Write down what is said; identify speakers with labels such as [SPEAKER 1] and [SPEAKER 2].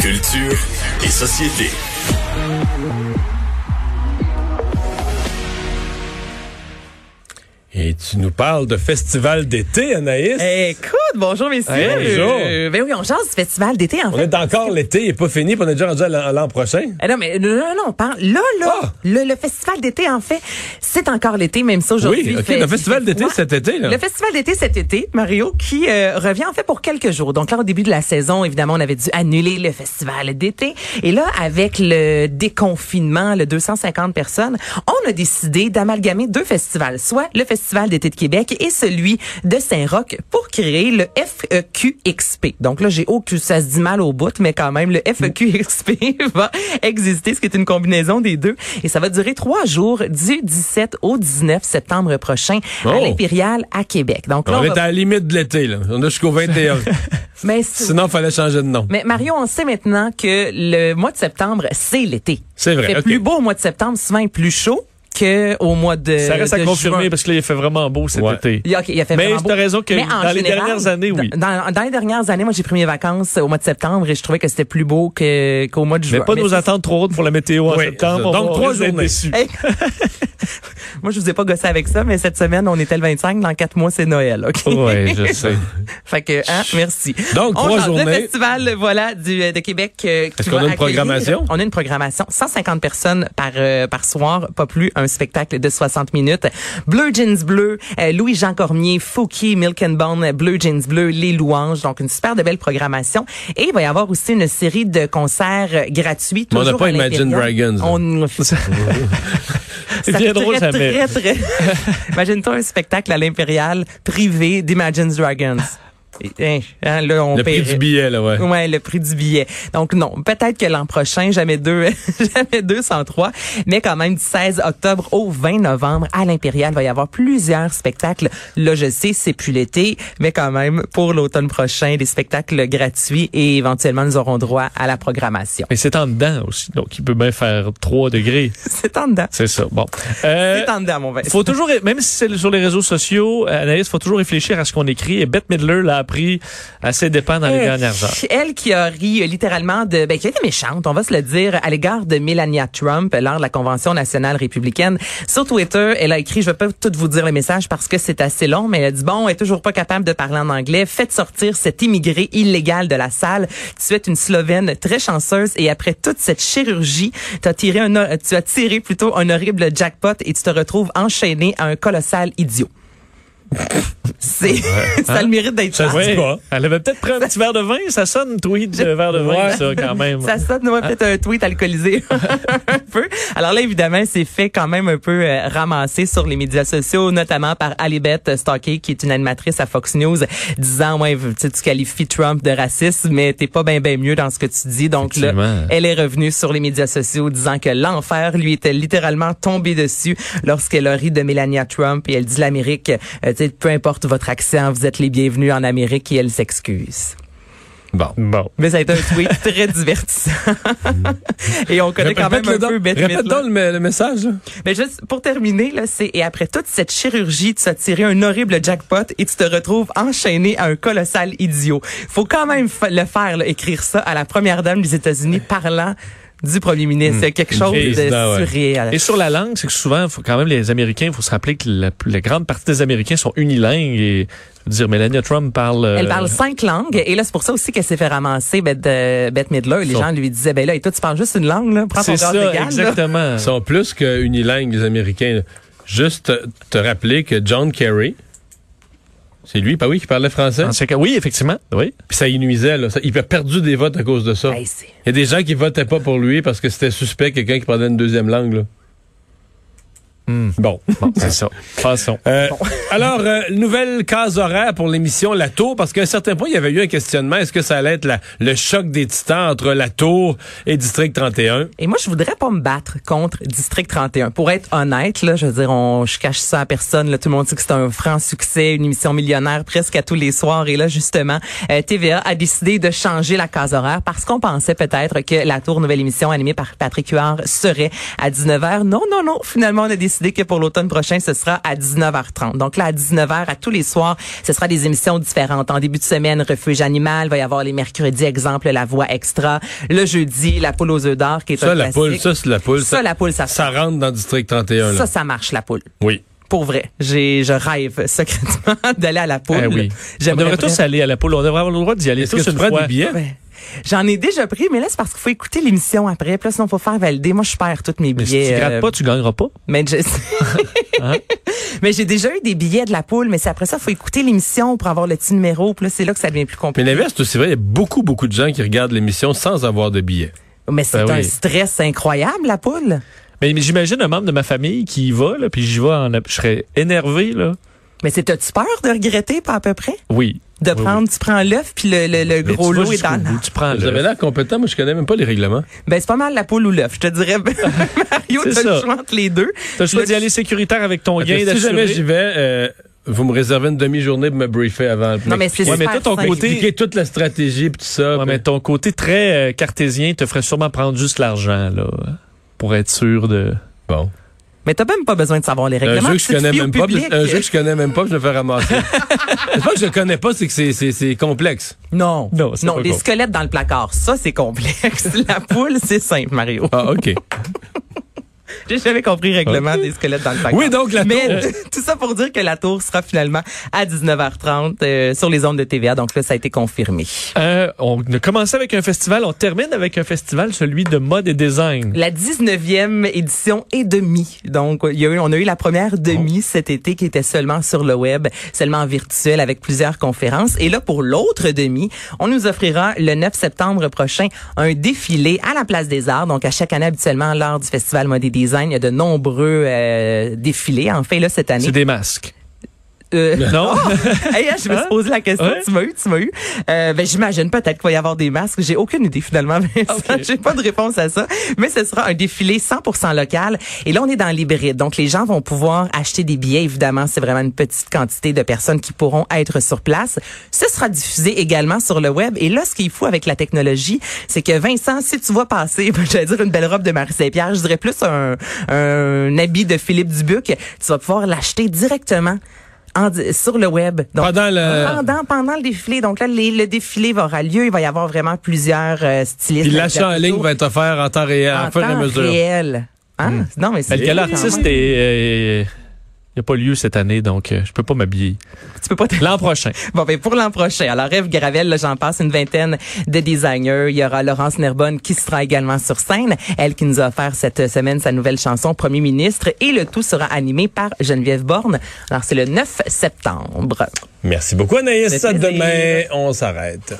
[SPEAKER 1] Culture et société.
[SPEAKER 2] Et tu nous parles de festival d'été, Anaïs.
[SPEAKER 3] Écoute, bonjour messieurs.
[SPEAKER 2] Hey, bonjour.
[SPEAKER 3] Euh, ben oui, on change du festival d'été en
[SPEAKER 2] on
[SPEAKER 3] fait.
[SPEAKER 2] est encore l'été, il n'est pas fini, puis on est déjà rendu à l'an- à l'an prochain.
[SPEAKER 3] Eh Non, mais non, non, non, on parle. Là, là,
[SPEAKER 2] Ah!
[SPEAKER 3] le, le festival d'été, en fait, c'est encore l'été, même si aujourd'hui.
[SPEAKER 2] Oui,
[SPEAKER 3] il
[SPEAKER 2] ok,
[SPEAKER 3] fait-
[SPEAKER 2] le
[SPEAKER 3] il
[SPEAKER 2] festival
[SPEAKER 3] fait
[SPEAKER 2] d'été
[SPEAKER 3] froid.
[SPEAKER 2] cet été, là.
[SPEAKER 3] Le festival d'été cet été, Mario, qui euh, revient en fait pour quelques jours. Donc là, au début de la saison, évidemment, on avait dû annuler le festival d'été. Et là, avec le déconfinement, le 250 personnes, on a décidé d'amalgamer deux festivals, soit le Festival d'été de Québec et celui de Saint-Roch pour créer le E FEQXP. Donc là, j'ai aucune, ça se dit mal au bout, mais quand même, le E FEQXP va exister, ce qui est une combinaison des deux. Et ça va durer trois jours du 17 au 19 septembre prochain à
[SPEAKER 2] Oh.
[SPEAKER 3] l'Impérial à Québec. Donc là,
[SPEAKER 2] on
[SPEAKER 3] on
[SPEAKER 2] est
[SPEAKER 4] bah,
[SPEAKER 3] va-
[SPEAKER 2] à la limite de l'été, là. On est jusqu'au 21.
[SPEAKER 3] mais, c'est-
[SPEAKER 2] Sinon, il fallait changer de nom.
[SPEAKER 3] mais Mario, on sait maintenant que le mois de septembre, c'est l'été.
[SPEAKER 2] C'est vrai,
[SPEAKER 3] Il fait
[SPEAKER 2] ok.
[SPEAKER 3] plus beau au mois de septembre, souvent il est plus chaud que au mois de
[SPEAKER 4] Ça reste à
[SPEAKER 3] de
[SPEAKER 4] confirmer
[SPEAKER 3] juin.
[SPEAKER 4] parce que là, il fait vraiment beau cet
[SPEAKER 2] Ouais.
[SPEAKER 4] été.
[SPEAKER 3] Il y a- ok, il a fait
[SPEAKER 4] Mais
[SPEAKER 3] vraiment beau.
[SPEAKER 4] t'as raison que
[SPEAKER 3] Mais en
[SPEAKER 4] dans les
[SPEAKER 3] général,
[SPEAKER 4] dernières années, oui.
[SPEAKER 3] Dans, dans les dernières années, moi j'ai pris mes vacances au mois de septembre et je trouvais que c'était plus beau que qu'au mois de juin.
[SPEAKER 4] Mais pas
[SPEAKER 3] Mais
[SPEAKER 4] nos
[SPEAKER 3] c'est-
[SPEAKER 4] attentes trop hautes pour la météo en
[SPEAKER 2] Oui,
[SPEAKER 4] septembre.
[SPEAKER 2] donc,
[SPEAKER 4] On va-
[SPEAKER 2] trois
[SPEAKER 4] on risque d'être
[SPEAKER 2] journées.
[SPEAKER 4] déçus.
[SPEAKER 3] Hey. Moi, je vous ai pas gossé avec ça, mais cette semaine, on était le 25. Dans quatre mois, c'est Noël, OK?
[SPEAKER 4] Ouais, je sais.
[SPEAKER 3] Fait que, hein, merci.
[SPEAKER 2] Donc,
[SPEAKER 3] on
[SPEAKER 2] trois
[SPEAKER 3] change de
[SPEAKER 2] journées.
[SPEAKER 3] festival, voilà, du, euh, de Québec. euh, qui
[SPEAKER 2] Est-ce qu'on
[SPEAKER 3] va
[SPEAKER 2] a une
[SPEAKER 3] accueillir-
[SPEAKER 2] programmation?
[SPEAKER 3] On a une programmation. 150 personnes par, euh, par soir, pas plus. Un spectacle de 60 minutes. Bleu Jeans Bleu, euh, Louis-Jean Cormier, Fouki, Milk and Bone, euh, Bleu Jeans Bleu, Les Louanges. Donc, une super de belle programmation. Et il va y avoir aussi une série de concerts euh, gratuits.
[SPEAKER 2] Mais on n'a
[SPEAKER 3] toujours
[SPEAKER 2] pas
[SPEAKER 3] à
[SPEAKER 2] Imagine
[SPEAKER 3] l'intérieur.
[SPEAKER 2] Dragons,
[SPEAKER 3] On... Ça
[SPEAKER 4] Ils viendront
[SPEAKER 3] très,
[SPEAKER 4] jamais.
[SPEAKER 3] très, très- Imagine-toi un spectacle à l'Impérial privé d'Imagine Dragons. Et, hein, hein, là, on
[SPEAKER 2] Le
[SPEAKER 3] paie-
[SPEAKER 2] prix du billet, là, ouais.
[SPEAKER 3] Ouais, le prix du billet. Donc non, peut-être que l'an prochain, jamais deux, jamais deux sans trois, mais quand même du 16 octobre au 20 novembre à l'Impérial, va y avoir plusieurs spectacles. Là, je sais, c'est plus l'été, mais quand même pour l'automne prochain, des spectacles gratuits et éventuellement nous aurons droit à la programmation.
[SPEAKER 4] Mais c'est en dedans aussi, donc il peut bien faire 3 degrés.
[SPEAKER 3] C'est en dedans.
[SPEAKER 4] C'est ça. Bon. Euh,
[SPEAKER 3] C'est en dedans, mon vin.
[SPEAKER 4] faut toujours, même si c'est sur les réseaux sociaux, euh, Anaïs, faut toujours réfléchir à ce qu'on écrit. Et Bette Midler l'a appris à ses dépens dans les
[SPEAKER 3] Eh,
[SPEAKER 4] dernières heures.
[SPEAKER 3] Elle qui a ri euh, littéralement de, ben, qui a été méchante, on va se le dire, à l'égard de Melania Trump euh, lors de la Convention nationale républicaine. Sur Twitter, elle a écrit, je vais pas tout vous dire le message parce que c'est assez long, mais elle a dit, bon, elle est toujours pas capable de parler en anglais. Faites sortir cet immigré illégal de la salle. Tu es une Slovène très chanceuse et après toute cette chirurgie, t'as tiré un, o- tu as tiré plutôt un horrible jackpot et tu te retrouves enchaîné à un colossal idiot. C'est, ça a le mérite d'être
[SPEAKER 2] Ça se
[SPEAKER 3] fait.
[SPEAKER 2] dit pas.
[SPEAKER 4] Elle avait peut-être pris un petit verre de vin, ça sonne tweet de verre de vin,
[SPEAKER 2] Ouais.
[SPEAKER 4] ça, quand même.
[SPEAKER 3] Ça sonne, ouais, peut-être un tweet alcoolisé un peu. Alors là, évidemment, c'est fait quand même un peu euh, ramasser sur les médias sociaux, notamment par Alibeth Stockey, qui est une animatrice à Fox News, disant, ouais, tu sais, tu qualifies Trump de raciste, mais t'es pas bien ben mieux dans ce que tu dis. Donc là,
[SPEAKER 4] Effectivement.
[SPEAKER 3] elle est revenue sur les médias sociaux disant que l'enfer lui était littéralement tombé dessus lorsqu'elle a ri de Melania Trump et elle dit l'Amérique, euh, tu sais, peu importe votre accent, vous êtes les bienvenus en Amérique et elle s'excuse.
[SPEAKER 2] Bon.
[SPEAKER 4] Bon.
[SPEAKER 3] Mais ça a été un tweet très divertissant. et on connaît quand même
[SPEAKER 2] Répète-le
[SPEAKER 3] un
[SPEAKER 2] donc.
[SPEAKER 3] peu Bette
[SPEAKER 2] Répète
[SPEAKER 3] Midler.
[SPEAKER 2] donc le, me- le message, là.
[SPEAKER 3] Mais juste pour terminer, là, c'est et après toute cette chirurgie, tu as tiré un horrible jackpot et tu te retrouves enchaîné à un colossal idiot. Faut quand même fa- le faire, là, écrire ça à la première dame des États-Unis parlant du premier ministre. C'est quelque chose
[SPEAKER 2] Et-
[SPEAKER 3] de
[SPEAKER 2] Ah ouais.
[SPEAKER 3] surréel.
[SPEAKER 4] Hmm. Et sur la langue, c'est que souvent, faut quand même les Américains, il faut se rappeler que la, la grande partie des Américains sont unilingues et je veux dire Melania Trump parle. euh,
[SPEAKER 3] Elle parle cinq langues et là c'est pour ça aussi qu'elle s'est fait ramasser Bette, euh, Bette Midler. Les
[SPEAKER 4] Son-
[SPEAKER 3] gens lui disaient ben là et toi tu parles juste une langue là, prends ton
[SPEAKER 4] C'est
[SPEAKER 3] verre
[SPEAKER 4] ça,
[SPEAKER 3] de gamme, là.
[SPEAKER 4] exactement.
[SPEAKER 2] Ils sont plus qu'unilingues, les Américains. là. Juste te, te rappeler que John Kerry, c'est lui, pas oui, qui parlait français.
[SPEAKER 4] En ce cas- Oui, effectivement. Oui.
[SPEAKER 2] Puis ça y nuisait, là. Ça- il a perdu des votes à cause de ça.
[SPEAKER 3] Ben,
[SPEAKER 2] Il
[SPEAKER 3] c'est-
[SPEAKER 2] y a des gens qui votaient pas pour lui parce que c'était suspect quelqu'un qui parlait une deuxième langue, là.
[SPEAKER 3] Hmm.
[SPEAKER 2] Bon.
[SPEAKER 4] Bon, c'est ça. Passons.
[SPEAKER 2] Euh, alors, euh, nouvelle case horaire pour l'émission La Tour, parce qu'à un certain point, il y avait eu un questionnement. Est-ce que ça allait être la- le choc des titans entre La Tour et District 31?
[SPEAKER 3] Et moi, je voudrais pas me battre contre District 31. Pour être honnête, là, je veux dire, on, je cache ça à personne. Là, tout le monde sait que c'est un franc succès, une émission millionnaire presque à tous les soirs. Et là, justement, euh, TVA a décidé de changer la case horaire parce qu'on pensait peut-être que la tour nouvelle émission animée par Patrick Huard serait à 19h. Non, non, non. Finalement, on a décidé que pour l'automne prochain, ce sera à 19h30. Donc là, à 19h, à tous les soirs, ce sera des émissions différentes. En début de semaine, Refuge animal, va y avoir les mercredis, exemple, La Voix extra. Le jeudi, La poule aux œufs d'or, qui est
[SPEAKER 2] Ça,
[SPEAKER 3] un
[SPEAKER 2] la poule,
[SPEAKER 3] classique.
[SPEAKER 2] ça, c'est la poule.
[SPEAKER 3] Ça, la poule, ça se
[SPEAKER 2] Ça rentre dans District 31, là.
[SPEAKER 3] ça, ça marche, la poule.
[SPEAKER 2] oui.
[SPEAKER 3] Pour vrai. J'ai, je rêve secrètement d'aller à la poule.
[SPEAKER 4] Eh oui. On
[SPEAKER 3] J'aimerais
[SPEAKER 4] devrait tous
[SPEAKER 3] vraiment-
[SPEAKER 4] aller à la poule. On devrait avoir le droit d'y aller
[SPEAKER 2] Est-ce
[SPEAKER 4] tous
[SPEAKER 2] que tu
[SPEAKER 4] une
[SPEAKER 2] prends
[SPEAKER 4] fois.
[SPEAKER 2] des billets?
[SPEAKER 3] Ouais. J'en ai déjà pris, mais là, c'est parce qu'il faut écouter l'émission après. Puis là, sinon, faut faire valider. Moi, je perds tous mes
[SPEAKER 4] Mais si
[SPEAKER 3] billets.
[SPEAKER 4] tu
[SPEAKER 3] euh,
[SPEAKER 4] grattes pas, Hein? tu gagneras pas.
[SPEAKER 3] mais je- Mais j'ai déjà eu des billets de la poule, mais c'est après ça, faut écouter l'émission pour avoir le petit numéro. Puis là, c'est là que ça devient plus
[SPEAKER 2] Mais
[SPEAKER 3] compliqué.
[SPEAKER 2] l'inverse, c'est vrai, il y a beaucoup, beaucoup de gens qui regardent l'émission sans avoir de billets.
[SPEAKER 3] Mais c'est
[SPEAKER 4] Ben
[SPEAKER 3] un
[SPEAKER 4] oui.
[SPEAKER 3] stress incroyable, la poule.
[SPEAKER 4] Mais, mais j'imagine un membre de ma famille qui y va, là, puis j'y vais, en, je serais énervé, là.
[SPEAKER 3] Mais c'est, t'as-tu peur de regretter, pas à peu près?
[SPEAKER 4] Oui.
[SPEAKER 3] De
[SPEAKER 4] Oui,
[SPEAKER 3] prendre, tu prends l'œuf, puis le, le, le
[SPEAKER 4] Mais
[SPEAKER 3] gros
[SPEAKER 4] tu vas
[SPEAKER 3] lot est
[SPEAKER 4] jusqu'au
[SPEAKER 3] dans
[SPEAKER 4] bout,
[SPEAKER 3] la-
[SPEAKER 4] Tu prends
[SPEAKER 2] Vous
[SPEAKER 4] le-
[SPEAKER 2] avez l'air compétent, moi, je connais même pas les règlements.
[SPEAKER 3] Ben, c'est pas mal la poule ou l'œuf, je te dirais. Mario,
[SPEAKER 4] C'est
[SPEAKER 3] t'as
[SPEAKER 4] ça.
[SPEAKER 3] le choix entre les deux.
[SPEAKER 4] T'as le choix d'y aller sécuritaire avec ton gain
[SPEAKER 2] si
[SPEAKER 4] d'assuré.
[SPEAKER 2] jamais j'y vais, euh, vous me réservez une demi-journée pour me briefer avant.
[SPEAKER 3] Non, mais c'est
[SPEAKER 4] Ouais, mais
[SPEAKER 3] super
[SPEAKER 4] toi, ton
[SPEAKER 3] fin.
[SPEAKER 4] côté-
[SPEAKER 2] Expliquer toute la stratégie et tout ça.
[SPEAKER 4] Ouais,
[SPEAKER 2] puis-
[SPEAKER 4] mais ton côté très euh, cartésien te ferait sûrement prendre juste l'argent, là, pour être sûr de...
[SPEAKER 2] Bon.
[SPEAKER 3] Mais t'as même pas besoin de savoir les
[SPEAKER 2] Un
[SPEAKER 3] règlements.
[SPEAKER 2] jeu que je
[SPEAKER 3] tu te
[SPEAKER 2] connais
[SPEAKER 3] fies au
[SPEAKER 2] même pas,
[SPEAKER 3] public.
[SPEAKER 2] puis- un jeu que je connais même pas, puis je me fais ramasser. C'est pas que je le connais pas, c'est que c'est- c'est c'est complexe.
[SPEAKER 3] Non.
[SPEAKER 4] Non, c'est pas
[SPEAKER 3] les
[SPEAKER 4] bon.
[SPEAKER 3] squelettes dans le placard, ça, c'est complexe. la poule, c'est simple, Mario.
[SPEAKER 2] Ah, OK.
[SPEAKER 3] J'ai jamais compris le règlement des squelettes dans le placard.
[SPEAKER 2] Oui, donc, la
[SPEAKER 3] Mais
[SPEAKER 2] tour.
[SPEAKER 3] tout ça pour dire que la tour sera finalement à 19h30 euh, sur les ondes de TVA. Donc là, ça a été confirmé.
[SPEAKER 4] Euh, on a commencé avec un festival, on termine avec un festival, celui de mode et design.
[SPEAKER 3] La 19e édition est demi. Donc, il y a eu, on a eu la première demi cet été qui était seulement sur le web, seulement en virtuel avec plusieurs conférences. Et là, pour l'autre demi, on nous offrira le 9 septembre prochain un défilé à la Place des Arts. Donc, à chaque année, habituellement, lors du Festival Mode et Design, il y a de nombreux euh, défilés. En fait, là, cette année...
[SPEAKER 4] C'est des masques.
[SPEAKER 3] Euh,
[SPEAKER 4] Non? Hein?
[SPEAKER 3] hey, hein, je me suis posé la question.
[SPEAKER 4] Ouais.
[SPEAKER 3] Tu m'as eu, tu m'as eu. Euh, ben, j'imagine peut-être qu'il va y avoir des masques. J'ai aucune idée finalement. Vincent.
[SPEAKER 4] Ok.
[SPEAKER 3] J'ai pas de réponse à ça. Mais ce sera un défilé 100% local. Et là, on est dans l'hybride. Donc, les gens vont pouvoir acheter des billets. Évidemment, c'est vraiment une petite quantité de personnes qui pourront être sur place. Ce sera diffusé également sur le web. Et là, ce qu'il faut avec la technologie, c'est que Vincent, si tu vois passer, j'allais dire une belle robe de Marie Saint-Pierre, je dirais plus un, un habit de Philippe Dubuc, tu vas pouvoir l'acheter directement. en di- sur le web. Donc,
[SPEAKER 2] Pendant euh, le-
[SPEAKER 4] Ah,
[SPEAKER 3] pendant, pendant le défilé. Donc là, les- le défilé va aura lieu. Il va y avoir vraiment plusieurs euh, stylistes.
[SPEAKER 2] Puis l'achat en ligne va être offert en temps réel, en,
[SPEAKER 3] en
[SPEAKER 2] fur et à
[SPEAKER 3] temps
[SPEAKER 2] mesure.
[SPEAKER 3] réel. Hein?
[SPEAKER 2] Hmm.
[SPEAKER 3] Non, mais
[SPEAKER 4] Mais
[SPEAKER 3] c'est...
[SPEAKER 4] lequel artiste est... il n'y a pas lieu cette année, donc euh, je peux pas m'habiller.
[SPEAKER 3] Tu peux pas te-
[SPEAKER 4] L'an prochain.
[SPEAKER 3] Bon, ben pour l'an prochain. Alors, Eve Gravel, là, j'en passe une vingtaine de designers. Il y aura Laurence Nerbonne qui sera également sur scène. Elle qui nous a offert cette semaine sa nouvelle chanson, Premier ministre. Et le tout sera animé par Geneviève Borne. Alors, c'est le 9 septembre.
[SPEAKER 2] Merci beaucoup, Anaïs.
[SPEAKER 3] Ça fait plaisir.
[SPEAKER 2] Demain, on s'arrête.